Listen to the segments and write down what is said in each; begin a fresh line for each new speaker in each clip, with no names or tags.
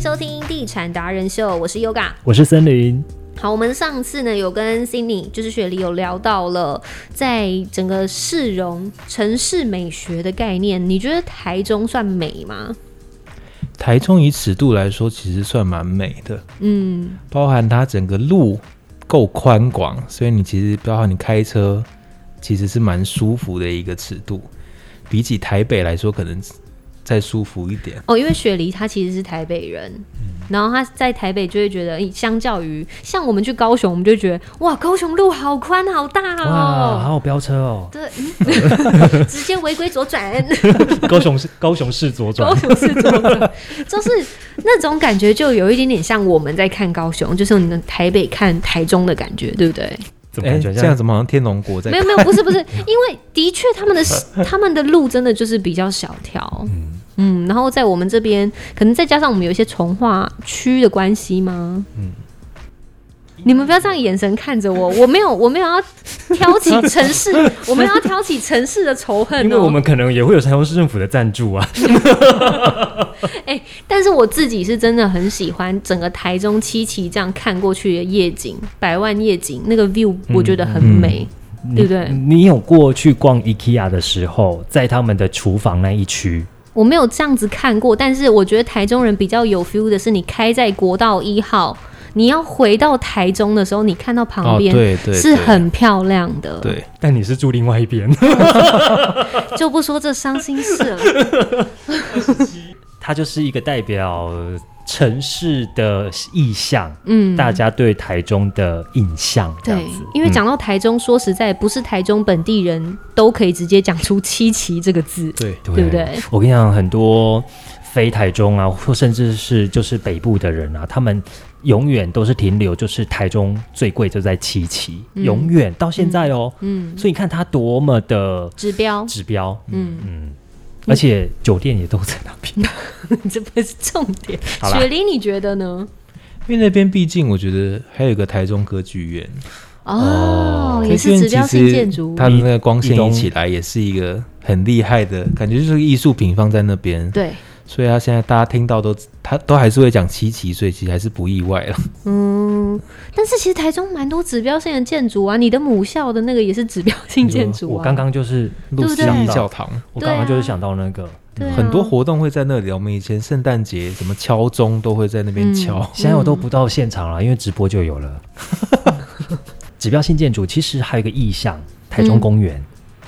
收听《地产达人秀》，我是 Yoga。
我是森林，
好，我们上次呢有跟 Cindy 就是雪梨有聊到了，在整个市容城市美学的概念，你觉得台中算美吗？
台中以尺度来说，其实算蛮美的，
嗯，
包含它整个路够宽广，所以你其实包含你开车，其实是蛮舒服的一个尺度。比起台北来说，可能再舒服一点。
哦，因为雪梨她其实是台北人，然后她在台北就会觉得，诶相较于像我们去高雄，我们就觉得哇，高雄路好宽好大
哇，
哦。！
好有飙车哦
对，嗯直接违规左转，
高雄市高雄市左 转
高，雄是左转，就是那种感觉，就有一点点像我们在看高雄，就是你们台北看台中的感觉，对不对？
怎么
哎、
感觉
这
这
样
样？
怎么好像天龙国在
没？有没有，不是 不是，因为的确他们
嗯
的 他们的路真的就是比较小条，嗯，然后在我们这边，可能再加上我们有一些从化区的关系吗？嗯。你们不要这样眼神看着我，我没有，我没有要挑起城 市，我没有要挑起城市的仇恨、哦。
因为我们可能也会有台中市政府的赞助啊，
但是我自己是真的很喜欢整个台中七期这样看过去的夜景，百万夜景那个 view 我觉得很美，对不对？
你有过去逛 IKEA 的时候，在他们的厨房那一区，
我没有这样子看过，但是我觉得台中人比较有 feel 的是，你开在国道一号，你要回到台中的时候，你看到旁
哦，
边、
对对，
是
对
很漂亮的，
对，
但你是住另外一边，
就不说这伤心事了。
它就是一个代表城市的意象，
嗯，
大家对台中的印象这
对
样子，。
因为讲到台中，说实在，不是台中本地人都可以直接讲出“七期”这个字。
对。
对
对不对？
我跟你讲，很多非台中啊，或甚至是就是北部的人啊，他们永远都是停留，就是台中最贵就在七期，
嗯
永远到现在哦。
嗯，
所以你看它多么的
指标，
指标，
嗯。
嗯，而且酒店也都在那边。
这不是重点。
好啦
雪梨，你觉得呢？
因为那边毕竟我觉得还有一个台中歌剧院，
哦，也
歌剧
是
院
指
其
标性
实
建筑。
它的那个光线
一东
一起来也是一个很厉害的感觉，就是艺术品放在那边，
对，
所以他现在大家听到都他都还是会讲七期，所以其实还是不意外了。
嗯，但是其实台中蛮多指标性的建筑啊，你的母校的那个也是指标性 建筑啊。
我刚刚就是，
路
不
西
对
教堂、
我刚刚就是想到那个，
对啊
很多活动会在那里，我们以前圣诞节什么敲钟都会在那边敲。
现在我都不到现场
嗯
了，因为直播就 有了。指标性建筑其实还有一个意象，台中
嗯
公园、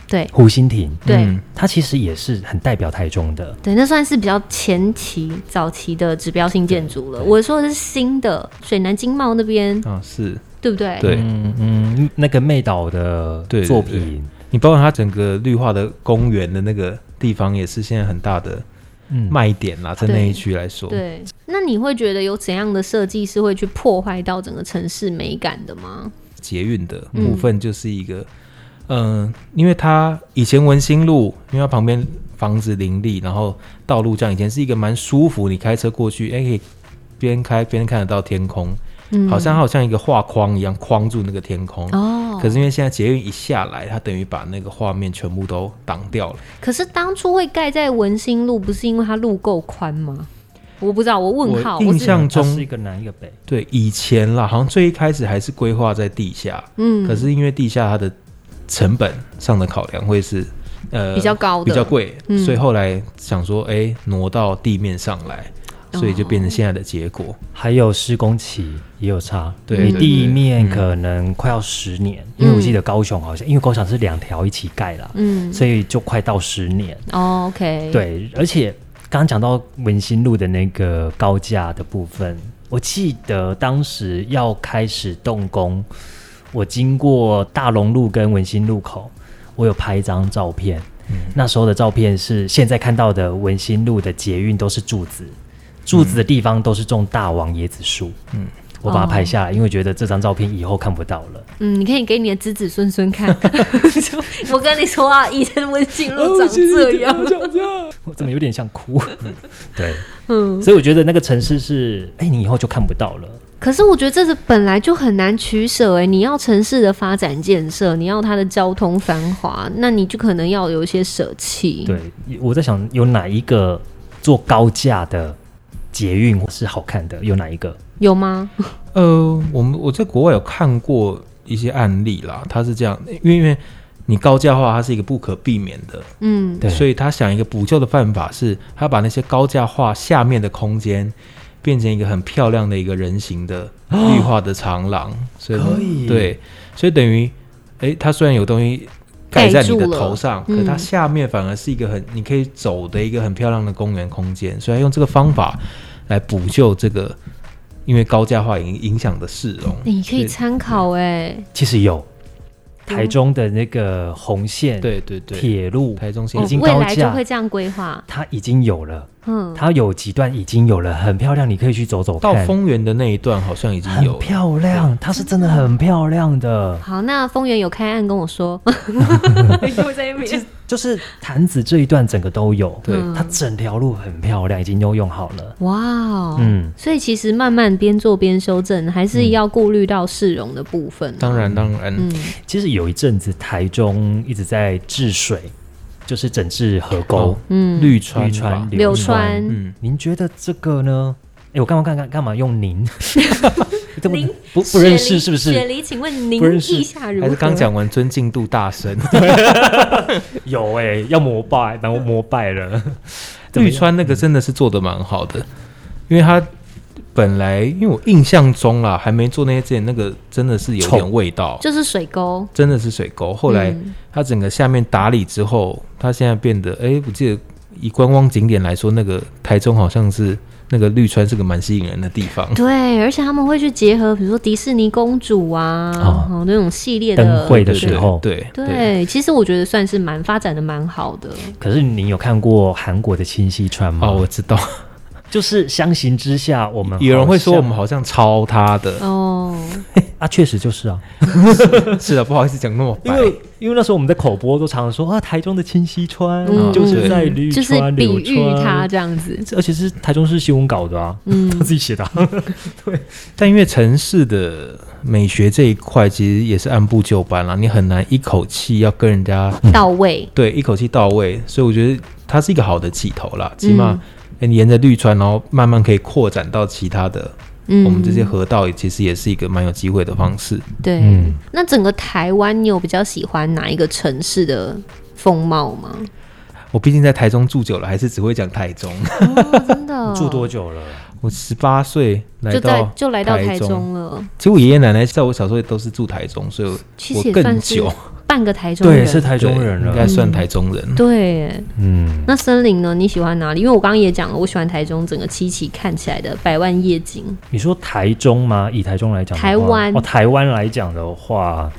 对
湖心亭，
对、
嗯
它其实也是很代表台中的。
对，那算是比较前期早期的指标性建筑了。我说的是新的水南经贸那边，
啊，是
对不对？
对、
嗯嗯，那个妹岛的
对对
作品，
你包括它整个绿化的公园的那个地方，也是现在很大的
嗯，
卖点啦，在那一区来说，
对那你会觉得有怎样的设计是会去破坏到整个城市美感的吗？
捷运的
嗯
部分就是一个，嗯、因为它以前文心路，因为它旁边房子林立，然后道路这样，以前是一个蛮舒服，你开车过去，哎、可以边开边看得到天空，
嗯，
好像它好像一个画框一样框住那个天空。
哦，
可是因为现在捷运一下来，它等于把那个画面全部都挡掉了。
可是当初会盖在文心路，不是因为它路够宽吗？我不知道，我问号。我
我印
是
象
它是
中
一，个南一个北，
对以前啦，好像最一开始还是规划在地下，
嗯，
可是因为地下它的成本上的考量会是呃
比较高的，
比较贵，
嗯
所以后来想说，哎、挪到地面上来，
哦
所以就变成现在的结果。
还有施工期也有差。
对
你
对
地
对
面
嗯
可能快要十年，因为我记得高雄好像，因为高雄是两条一起盖啦，
嗯、
所以就快到十年。
哦、，OK，，
对，而且刚刚讲到文心路的那个高架的部分，我记得当时要开始动工，我经过大龙路跟文心路口，我有拍一张照片。那时候的照片是现在看到的文心路的捷运都是柱子，柱子的地方都是种大王椰子树。嗯
嗯，
我把它拍下来，因为觉得这张照片以后看不到了。
嗯，你可以给你的子子孙孙 看。就我跟你说啊，以前文心
哦
路长这样，
啊 我怎么有点像哭？ 对，
嗯。
所以我觉得那个城市是，哎、你以后就看不到了。
可是我觉得这是本来就很难取舍哎、你要城市的发展建设，你要它的交通繁华，那你就可能要嗯有一些舍弃。
对，我在想有哪一个做高价的捷运是好看的？有哪一个？
有吗？
呃，我们我在国外有看过一些案例啦，它是这样，因为因为你高架化，它是一个不可避免的，
嗯，
对，
所
以
以他想一个补救的办法是，他把那些高架化下面的空间变成一个很漂亮的一个人形的绿化的长廊，所以
可以
对，所以等于，诶，它虽然有东西盖
盖
在你的
住了
头上，可
嗯
它下面反而是一个很你可以走的一个很漂亮的公园空间，所以他用这个方法来补救这个因为高架化影影响的市容。
你可以
是
参考哎，
其实有台中的那个红线
对对对，
铁路，
台中
我
县
已经
哦未
高
来就
价
会这样规划，
它已经有了，
嗯，
它有几段已经有了，很漂亮，你可以去走走
到
看。
丰原的那一段好像已经有
很
了。
漂亮，它是真的很漂亮的。
好，那丰原有开案跟我 说， 又在那边，
就是潭子这一段整个都有，
对
它整条路很漂亮，已经都用好了。
哇哦，
嗯，
所以其实慢慢边做边修正，还是要顾虑到市容的部分。
当然，当然，
嗯，
其实有一阵子台中一直在治水，就是整治河沟
哦、
嗯
绿川
绿
吧
川、
柳
川。
川
嗯，
您觉得这个呢？哎，我干嘛干干干嘛用您？ 这不
您
不不认识是不
雪
是？
梨，请问您
不认识
意下如何？
还是刚讲完尊敬度 大升，
有哎、要膜拜，然后膜拜了。怎么
绿
样
川那个真的是做的蛮好的，因为它本来因为我印象中啦，还没做那些之前，那个真的是有
臭
点味道，
就是水沟，
真的是水沟。后来
嗯
它整个下面打理之后，它现在变得，哎、我记得以观光景点来说，那个台中好像是那个绿川是个蛮吸引人的地方。
对，而且他们会去结合，比如说迪士尼公主啊，
哦
哦，那种系列
灯
的
会的
对
时候
对对对，
对，其实我觉得算是蛮发展的蛮好的。
可是您有看过韩国的清溪川吗？
哦，我知道，
就是相形之下，我们
有人会
嗯
说
好
我
像
们好像抄它 的，
哦，
啊，确实就是啊。
是啊的，不好意思讲那么
因
白，
为因为那时候我们在口播都常常说啊，台中的清溪川、
嗯
就是在绿
就是
川、
比
柳
喻它
川，
这样子，
而且是台中市新闻稿的啊，
嗯
他自己写 的啊、
但因为城市的美学这一块，其实也是按部就班啦，你很难一口气要跟人家
嗯
到位。
对一口气到位，所以我觉得它是一个好的起头
嗯
啦，起码、哎诶你沿着绿川，然后慢慢可以扩展到其他的，
嗯
我们这些河道其实也是一个蛮有机会的方式。
对。
嗯
那整个台湾，你有比较喜欢哪一个城市的风貌 吗？
我毕竟在台中住久了，还是只会讲台中。
哦，真的
住多久了？
我十八岁来
就在
到，
就来到台
台中
中了，
其实我爷爷奶奶在我小时候都是住台中，所以我
其
我
实也
更
算是
久，
半个台中人。
对，是台中人啊
对应
了
该。算台中人。
对
嗯，
那森林呢？你喜欢哪里？因为我刚刚也讲了，我喜欢台中整个七期看起来的百万夜 景。
你说台中吗？以台中来讲的话，
台湾
哦，台湾来讲的话，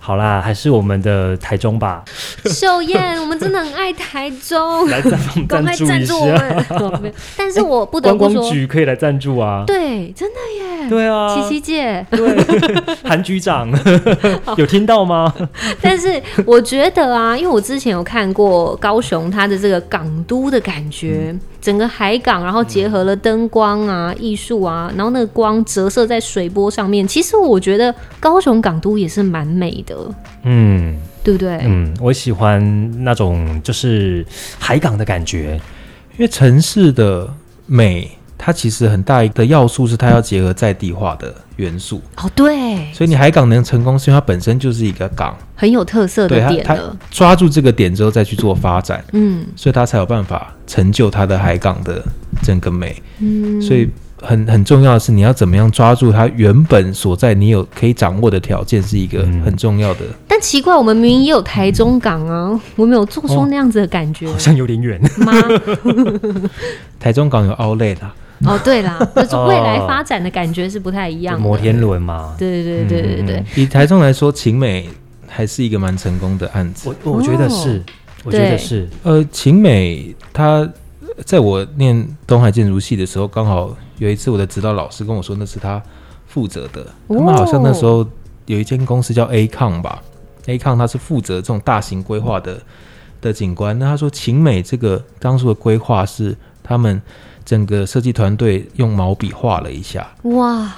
好啦，还是我们的台中吧，
秀燕，我们真的很爱台中，
来赞助
赶
赞
快
助
赞
一
助我
下，
们。 哦没有但是我不得
观
不
光
说，
局可以来赞助啊。
对，真的耶。
对啊，
琪琪姐，
韩局 长有听到吗？
但是我觉得啊，因为我之前有看过高雄它的这个港都的感觉，整个海港，然后结合了灯光啊、艺术啊，然后那个光折射在水波上面，其实我觉得高雄港都也是蛮美的，
嗯。
对不对？
嗯，我喜欢那种就是海港的感觉。
因为城市的美，它其实很大一个要素是它要结合在地化的元素，
哦，对，
所以你海港能成功，是因为它本身就是一个港，
很有特色
对
的
它
点
它
了。
抓住这个点之后再去做发展，
嗯
所以它才有办法成就它的海港的整个美。
嗯，
所以很很重要的是，你要怎么样抓住它原本所在你有可以掌握的条件，是一个
嗯
很重要的。
但奇怪，我们明明也有台中港啊，我们有做出
哦
那样子的感觉
好像有点远，
吗？
台中港有 outlet 啊，
哦，对 啦，就是
哦
未来发展的感觉是不太一样的。
摩天嗯轮嘛。
对对对对对对。
以台中来说，晴美还是一个蛮成功的案子。
我我觉得是，我觉得
哦对
是，
呃，晴美她在我念东海建筑系的时候，刚好有一次我的指导老师跟我说，那是他负责的。他们好像那时候有一间公司叫 A con 吧，A con 它是负责这种大型规划的的景观。那他说晴美这个当初的规划
嗯
是他们整个设计团队用毛笔画了一下，
哇，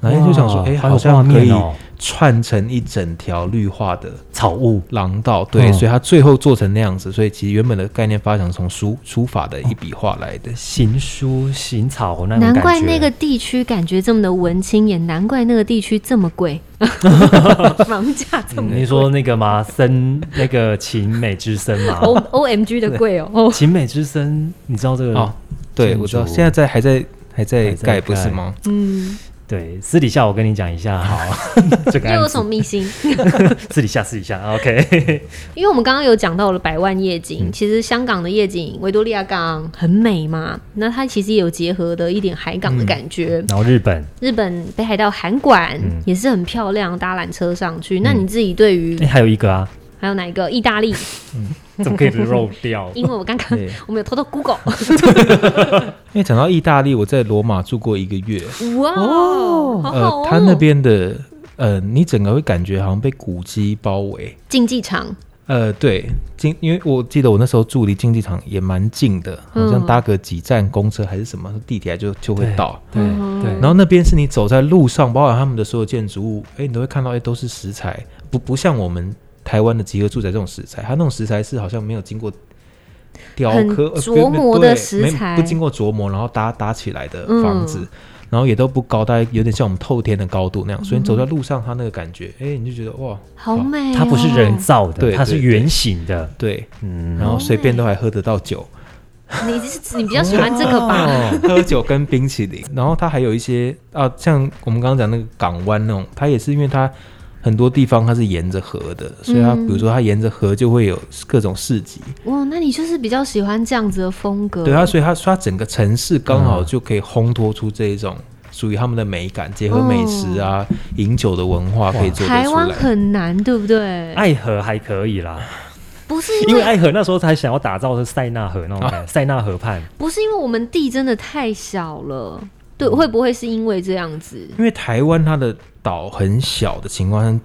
然后就想说，
哇
哎、
好有
好像
画
可
面
以
哦
串成一整条绿化的
草雾，
廊道，对，
嗯
所以它最后做成那样子，所以其实原本的概念发想是从书书法的一笔画来的，
行书行草那种感
难
觉。
怪那个地区感觉这么的文青，也难怪那个地区这么 贵，房价这么
嗯、你说那个吗？森那个秦美之森
O
嘛，
O M G 的贵哦，哦，
秦美之森，你知道这个？
哦对，
建筑
我知道，现在在还在还在
还在
盖，不
盖
是吗？
嗯，
对，私底下我跟你讲一 下，好，这个
又有
案
什么
子
秘辛？
私底下私底下，OK，
因为我们刚刚有讲到了百万夜景，
嗯
其实香港的夜景维多利亚港很美嘛，那它其实也有结合的一点海港的感觉。
然后日本，
日本北海道函馆
嗯
也是很漂亮，搭缆车上去。那你自己对于
哎，还有一个啊，
还有哪一个？意大利，
怎么可以漏 掉？
因为我刚刚
对
我们有偷偷 Google，
因为讲到意大利，我在罗马住过一个月，
哇，哦、好好哦，
呃，它那边的呃，你整个会感觉好像被古迹包围。
竞技场，
呃，对，近，因为我记得我那时候住离竞技场也蛮近的，好像
嗯
搭个几站公车还是什么地铁就就会
对
到。
对
嗯
对，
然后那边是你走在路上，包含他们的所有建筑物，哎，你都会看到，哎，都是石材，不不像我们台湾的集合住宅这种石材，它那种石材是好像没有经过雕
很
刻、呃
琢磨
对
的石
没
材嗯
不经过琢磨，然后搭搭起来的房子。然后也都不高，大概有点像我们透天的高度那样，所以
嗯
你走在路上，它那个感觉，哎，你就觉得哇，
好美、哦，
它不是人，造的，
对
它是圆形的，
对，
嗯，
哦
然后随便都还喝得到酒，
你是你比较喜欢这个吧？
哦，喝酒跟冰淇淋，然后它还有一些啊，像我们刚刚讲那个港湾那种，它也是因为它很多地方它是沿着河的，所以它、
嗯
比如说它沿着河就会有各种市集，
哇，那你就是比较喜欢这样子的风格，
对它，所以它所以它整个城市刚好就可以烘托出这一种。属于他们的美感，结合美食啊、饮、酒的文化，可以做得
嗯台
出
湾
来。
很难，对不对？
爱河还可以啦，
不是因
哎因为
为
爱河那时候才想要打造是塞纳河那种感 觉，塞纳河畔，
不是因为我们地真的太小了，对，会不会是因为这样子？
因为台湾它的岛很小的情况下，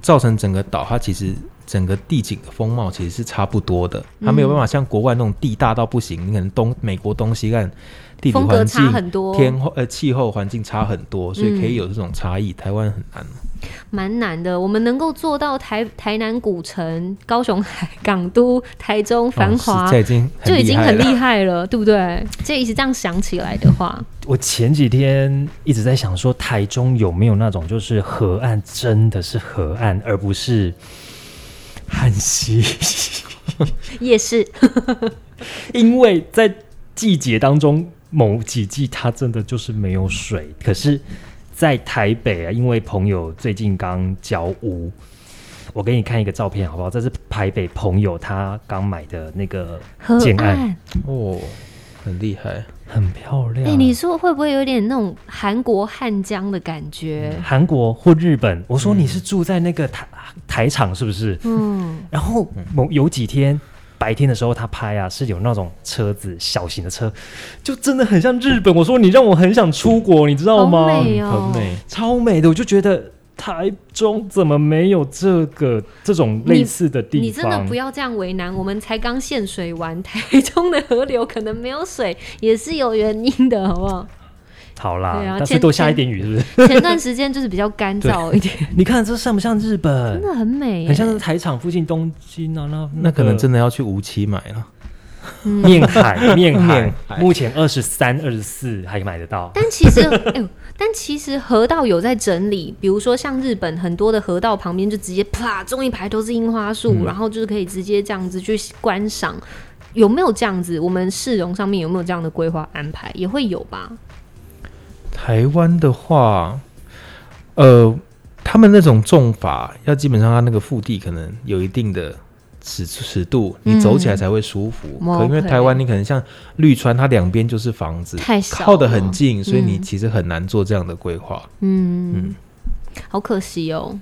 造成整个岛它其实整个地景的风貌其实是差不多的，
嗯
它没有办法像国外那种地大到不行，你可能东美国东西岸地理
风格
环
差
境、
很多，嗯
天候呃气候环境差很多，所以可以有这种差异。台湾很难，
蛮难的。我们能够做到台台南古城、高雄海港都、台中繁
哦
华，
实在已经很
就已经很
害
厉
了。
害了，对不对？这一直这样想起来的话，
我前几天一直在想说，台中有没有那种就是河岸真的是河岸，而不是汉溪？
也是
因为在季节当中，某几季它真的就是没有水。可是，在台北啊，因为朋友最近刚交屋，我给你看一个照片好不好？这是台北朋友他刚买的那个
河
建案，
岸。
哦，很厉害。
很漂亮。
哎、你说会不会有点那种韩国汉江的感觉？
韩国或日本，我说你是住在那个台、台场是不是？
嗯，
然后某有几天白天的时候，他拍啊是有那种车子小型的车，就真的很像日本。我说你让我很想出国，你知道
好
吗？
美哦
很，美，
超美的，我就觉得台中怎么没有这个这种类似的地方？
你真的不要这样为难，我们才刚限水完，台中的河流可能没有水，也是有原因的，好不好？
好啦，
对啊
但是
前
多下一点雨是不是？
前段时间就是比较干燥一 点，
你看这像不像日本
真？的很美耶，
很像是台场附近东京啊，那
那可
呃
能真
的
的要去无期买了。
面 海面海
面，海
目前二十三、二十四还买得到。
但其实，哎呦，但其实河道有在整理，比如说像日本很多的河道旁边就直接啪种一排都是樱花树，然后就是可以直接这样子去观赏。有没有这样子？我们市容上面有没有这样的规划安排？也会有吧。
台湾的话，呃，他们那种种法，要基本上它那个腹地可能有一定的尺尺度，
嗯
你走起来才会舒服。
哦
可因为
对
台湾你可能像绿川，它两边就是房子，
太少了
靠得很近，所以你其实很难做这样的规划。
嗯，好可惜哦。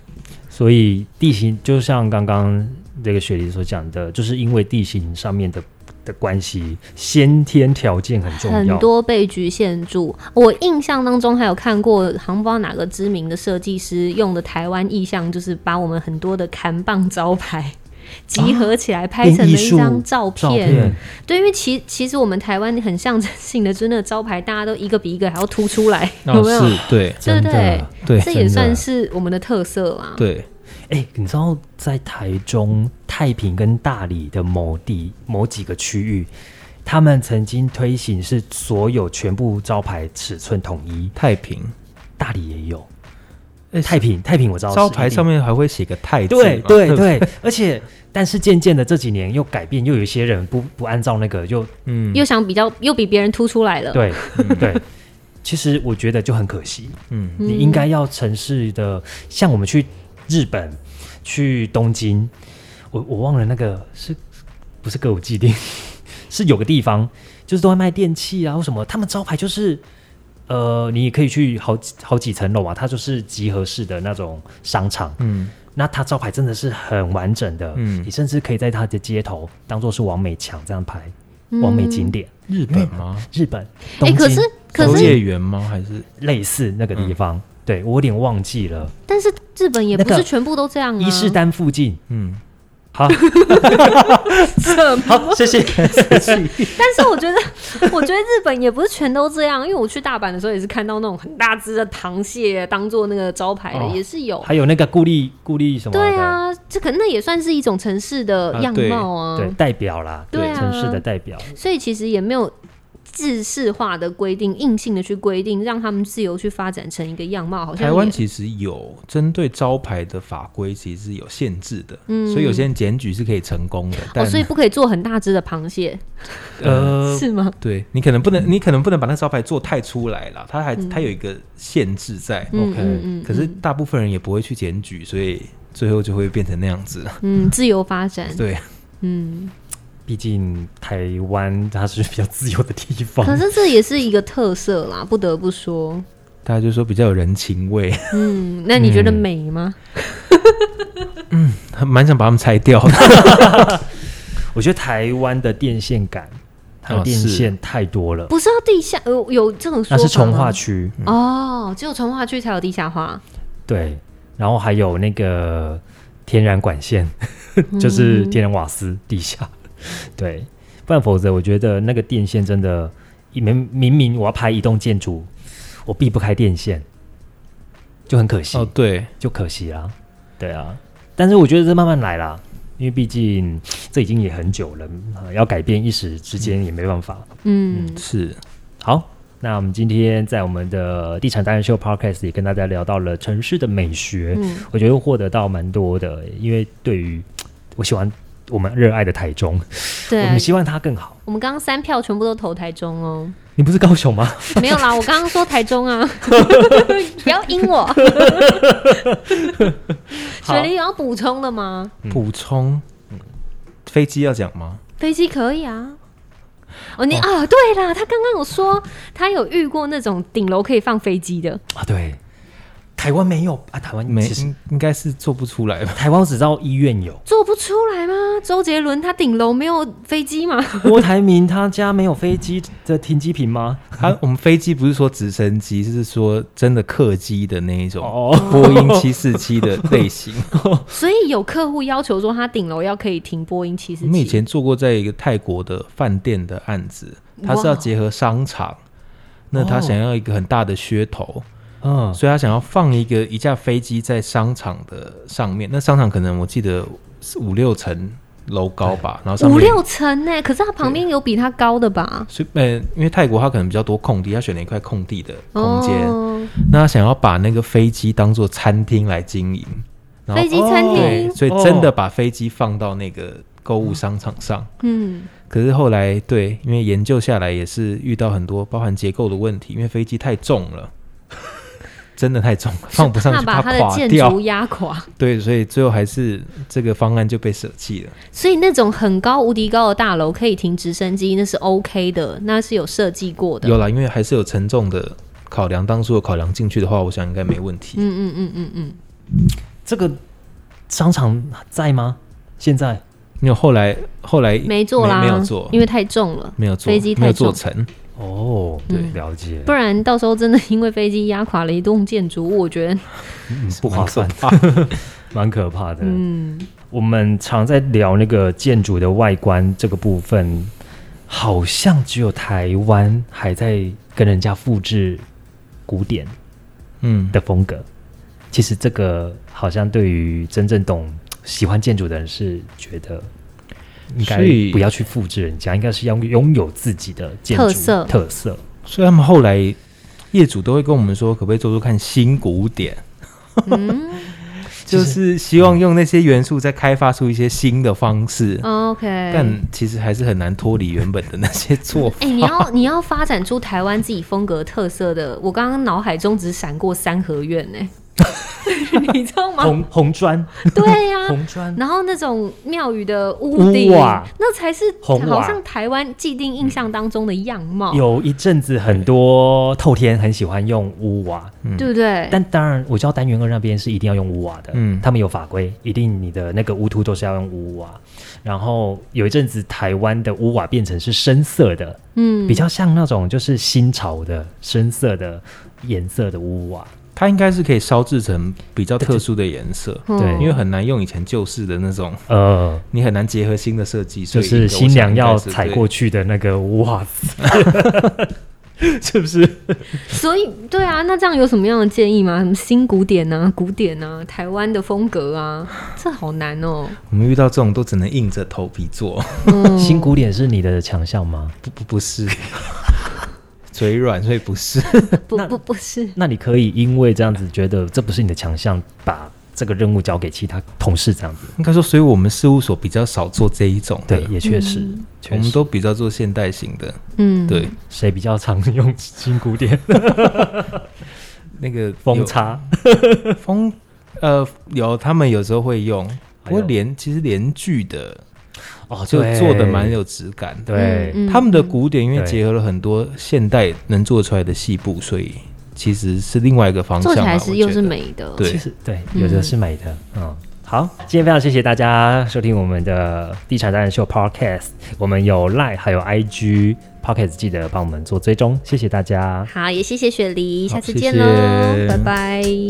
所以地形就像刚刚这个雪梨所讲的，就是因为地形上面的的关系，先天条件很重
很
要。
多被局限住。我印象当中还有看过，好像不知道哪个知名的设计师用的台湾意象，就是把我们很多的砍棒招牌 集合起来拍成了一张照片。
啊
照片
对，因为其其实我们台湾很象征性的，就是那个招牌，大家都一个比一个还要突出来，有没有？
是，对
对
真
不对
的？
对
这也
啊真的
算是我们的特色啊啦。
对，
哎、你知道在台中太平跟大理的某地某几个区域，他们曾经推行是所有全部招牌尺寸统一，
太平
大理也有。
哎
太平太平我知道是
招牌
一定
上面还会写个太字嘛，
对对
不，
对，而且但是渐渐的这几年又改变，又有一些人不不按照那个，又
嗯
又想比较，又比别人突出来了。
对 对。其实我觉得就很可惜，
嗯
嗯
你应该要城市的，像我们去日本、去东京，我我忘了那个是不是歌舞伎町， 是有个地方就是都在卖电器啊或什么，他们招牌就是。呃，你也可以去好几好几层楼啊，它就是集合式的那种商场，
嗯
那它招牌真的是很完整的，
嗯
你甚至可以在它的街头当做是完美墙这样拍，完美景点，
日本吗？
日本，
哎、
东
嗯可
京
是可
秋
是，
叶原吗？还是
类似那个地方，
嗯
对我有点忘记了，
但是日本也
那
不
个
是全部都这样啊。
伊 势丹附近。
嗯
好，好， 谢 谢。
但是我觉得， 我觉得日本也不是全都这样，因为我去大阪的时候也是看到那种很大只的螃蟹当做那个招牌的，
哦
也是有。
还有那个顾立顾立什么的，
对啊，这可能那也算是一种城市的样貌啊。
对，代表啦，
对啊
城市的代表。
所以其实也没有制式化的规定，硬性的去规定，让他们自由去发展成一个样貌，好像
台湾
也
其实有针对招牌的法规，其实是有限制的，
嗯
所以有些人检举是可以成功的，但、
哦，所以不可以做很大只的螃蟹，
呃，
是吗？
对你可能不能，你可能不能把那招牌做太出来了，它还、它有一个限制在。
嗯
OK，
嗯嗯，
可是大部分人也不会去检举，所以最后就会变成那样 子。
嗯，自由发展，
对，
嗯，
毕竟台湾它是比较自由的地方，
可是这也是一个特色啦，不得不说，
大家就说比较有人情味，
嗯，那你觉得美吗？
蛮想把他们拆掉 的。
我觉得台湾的电线杆，它的
哦
电
是
线太多了，
不是要地下有有这种说法
那
吗，
是从化区，
哦，只有从化区才有地下化，
对，然后还有那个天然管线，就是天然瓦斯地下， 对，不然否则我觉得那个电线真的，明明明我要拍一栋建筑，我避不开电线，就很可惜，
哦，对，
就可惜啦，对啊，但是我觉得这慢慢来啦。因为毕竟这已经也很久了，呃要改变一时之间也没办法。
嗯，
是
好，那我们今天在我们的地产达人秀 Podcast 也跟大家聊到了城市的美学，
嗯
我觉得获得到蛮多的，因为对于我喜欢我们热爱的台中，
对
我
啊
们，希望它更好。
我们刚刚三票全部都投台中哦，
你不是高雄吗？
没有啦，我刚刚说台中啊，不要阴我。
好
水林有要补充的吗？
补充。
嗯
飞机要讲吗？
飞机可以啊。哦，你啊，对啦，他刚刚有说他有遇过那种顶楼可以放飞机的，，
啊，对，台湾没有啊，台湾
没
其，实
应应该是做不出来吧。
台湾我只知道医院 有
做不出来吗？周杰伦他顶楼没有飞机吗？
郭台铭他家没有飞机的停机坪吗？
啊，我们飞机不是说直升机，是说真的客机的那一种，
哦，
波音七四七的类型。
所以有客户要求说他顶楼要可以停波音七
我
四
们以
七。
前做过在一个泰国的饭店的案子，它是要
哇
结合商场，那他想要一个很大的噱头，
嗯，
所以他想要放一个一架飞机在商场的上面。那商场可能我记得是五六层楼高吧，然后上
五
面
六层呢、可是他旁边有比他高的吧？
所以呃，因为泰国它可能比较多空地，它选了一块空地的空间，
哦、
那他想要把那个飞机当做餐厅来经营，然后哦
飞机餐
对，
厅，
所以真的把飞机放到那个购物商场上。
嗯，
可是后来对，因为研究下来也是遇到很多包含结构的问题，因为飞机太重了， 真的太重了，放不上
怕
去
把
怕
他的
垮
建
掉
筑。压垮。
对，所以最后还是这个方案就被舍弃了。
所以那种很高、无敌高的大楼可以停直升机，那是 OK 的，那是有设计过的。
有啦，因为还是有沉重的考量，当初有考量进去的话，我想应该没问题。
嗯嗯嗯嗯嗯，
这个商场在吗？现在
因为后来后来
没做啦，
没有做
因，为太重了，
没有做，
飞机太
没有做
重
成。
哦，对，
嗯
了解
不，然
嗯
到时候真的因为飞机压垮了一栋建筑物，我觉得
不划算。蛮可怕的。
嗯，
我们常在聊那个建筑的外观这个部分，好像只有台湾还在跟人家复制古典
嗯，
的风格。其实这个好像对于真正懂喜欢建筑的人是觉得。应该
所以
不要去复制人家，应该是要拥有自己的建筑
特色
特色
所以他们后来业主都会跟我们说，可不可以做出看新古典，
嗯
就是希望用那些元素再开发出一些新的方式。
嗯
哦，OK。
但其实还是很难脱离原本的那些做法。
哎、你要 你要发展出台湾自己风格特色的，我刚刚脑海中只闪过三合院呢、 你知道吗？
红红砖，
对呀、
红砖
然后那种庙宇的屋顶
屋瓦，
那才是
红瓦
好像台湾既定印象当中的样貌，
有一阵子很多透天很喜欢用屋瓦，
嗯
对不对？
但当然我知道单元二那边是一定要用屋瓦的，
嗯
他们有法规，一定你的那个屋突都是要用屋瓦。然后有一阵子台湾的屋瓦变成是深色的，
嗯
比，较像那种就是新潮的深色的颜色的屋瓦，
它应该是可以烧制成比较特殊的颜色，
嗯
对
因为很难用以前旧式的那种，
呃，
你很难结合新的设计。
就
所以
是新娘要踩过
去，
去的那个屋瓦子，是不是？
所以对啊，那这样有什么样的建议吗？什么新古典啊、古典啊、台湾的风格啊，这好难哦、
我们遇到这种都只能硬着头皮做，
嗯
新古典是你的强项吗？
不不不是， 嘴软所以不是。
不
那
不不是，
那你可以因为这样子觉得这不是你的强项，把这个任务交给其他同事这样子。
应该说，所以我们事务所比较少做这一种的，
对，也确实，
我
确
们
实，
都比较做现代型的。
嗯，
对，
谁比较常用新古典
那个
风叉？
有 风，呃，有他们有时候会用，不过
哎呦
连其实连剧的
哦，
就
对
做的蛮有质感的。
对，
嗯
他们的古典因为
对
结合了很多现代能做出来的细部，所以其实是另外一个方向
做
啊。
起来是
我
又
觉
是
得，
美的，
对
其实对，有的是美的，嗯。好，今天非常谢谢大家收听我们的地产达人秀 Podcast，我们有 Line 还有 IG Podcast，记得帮我们做追踪，谢谢大家。
好，也谢谢雪梨，
好
下次
谢
见喽，
谢
拜拜。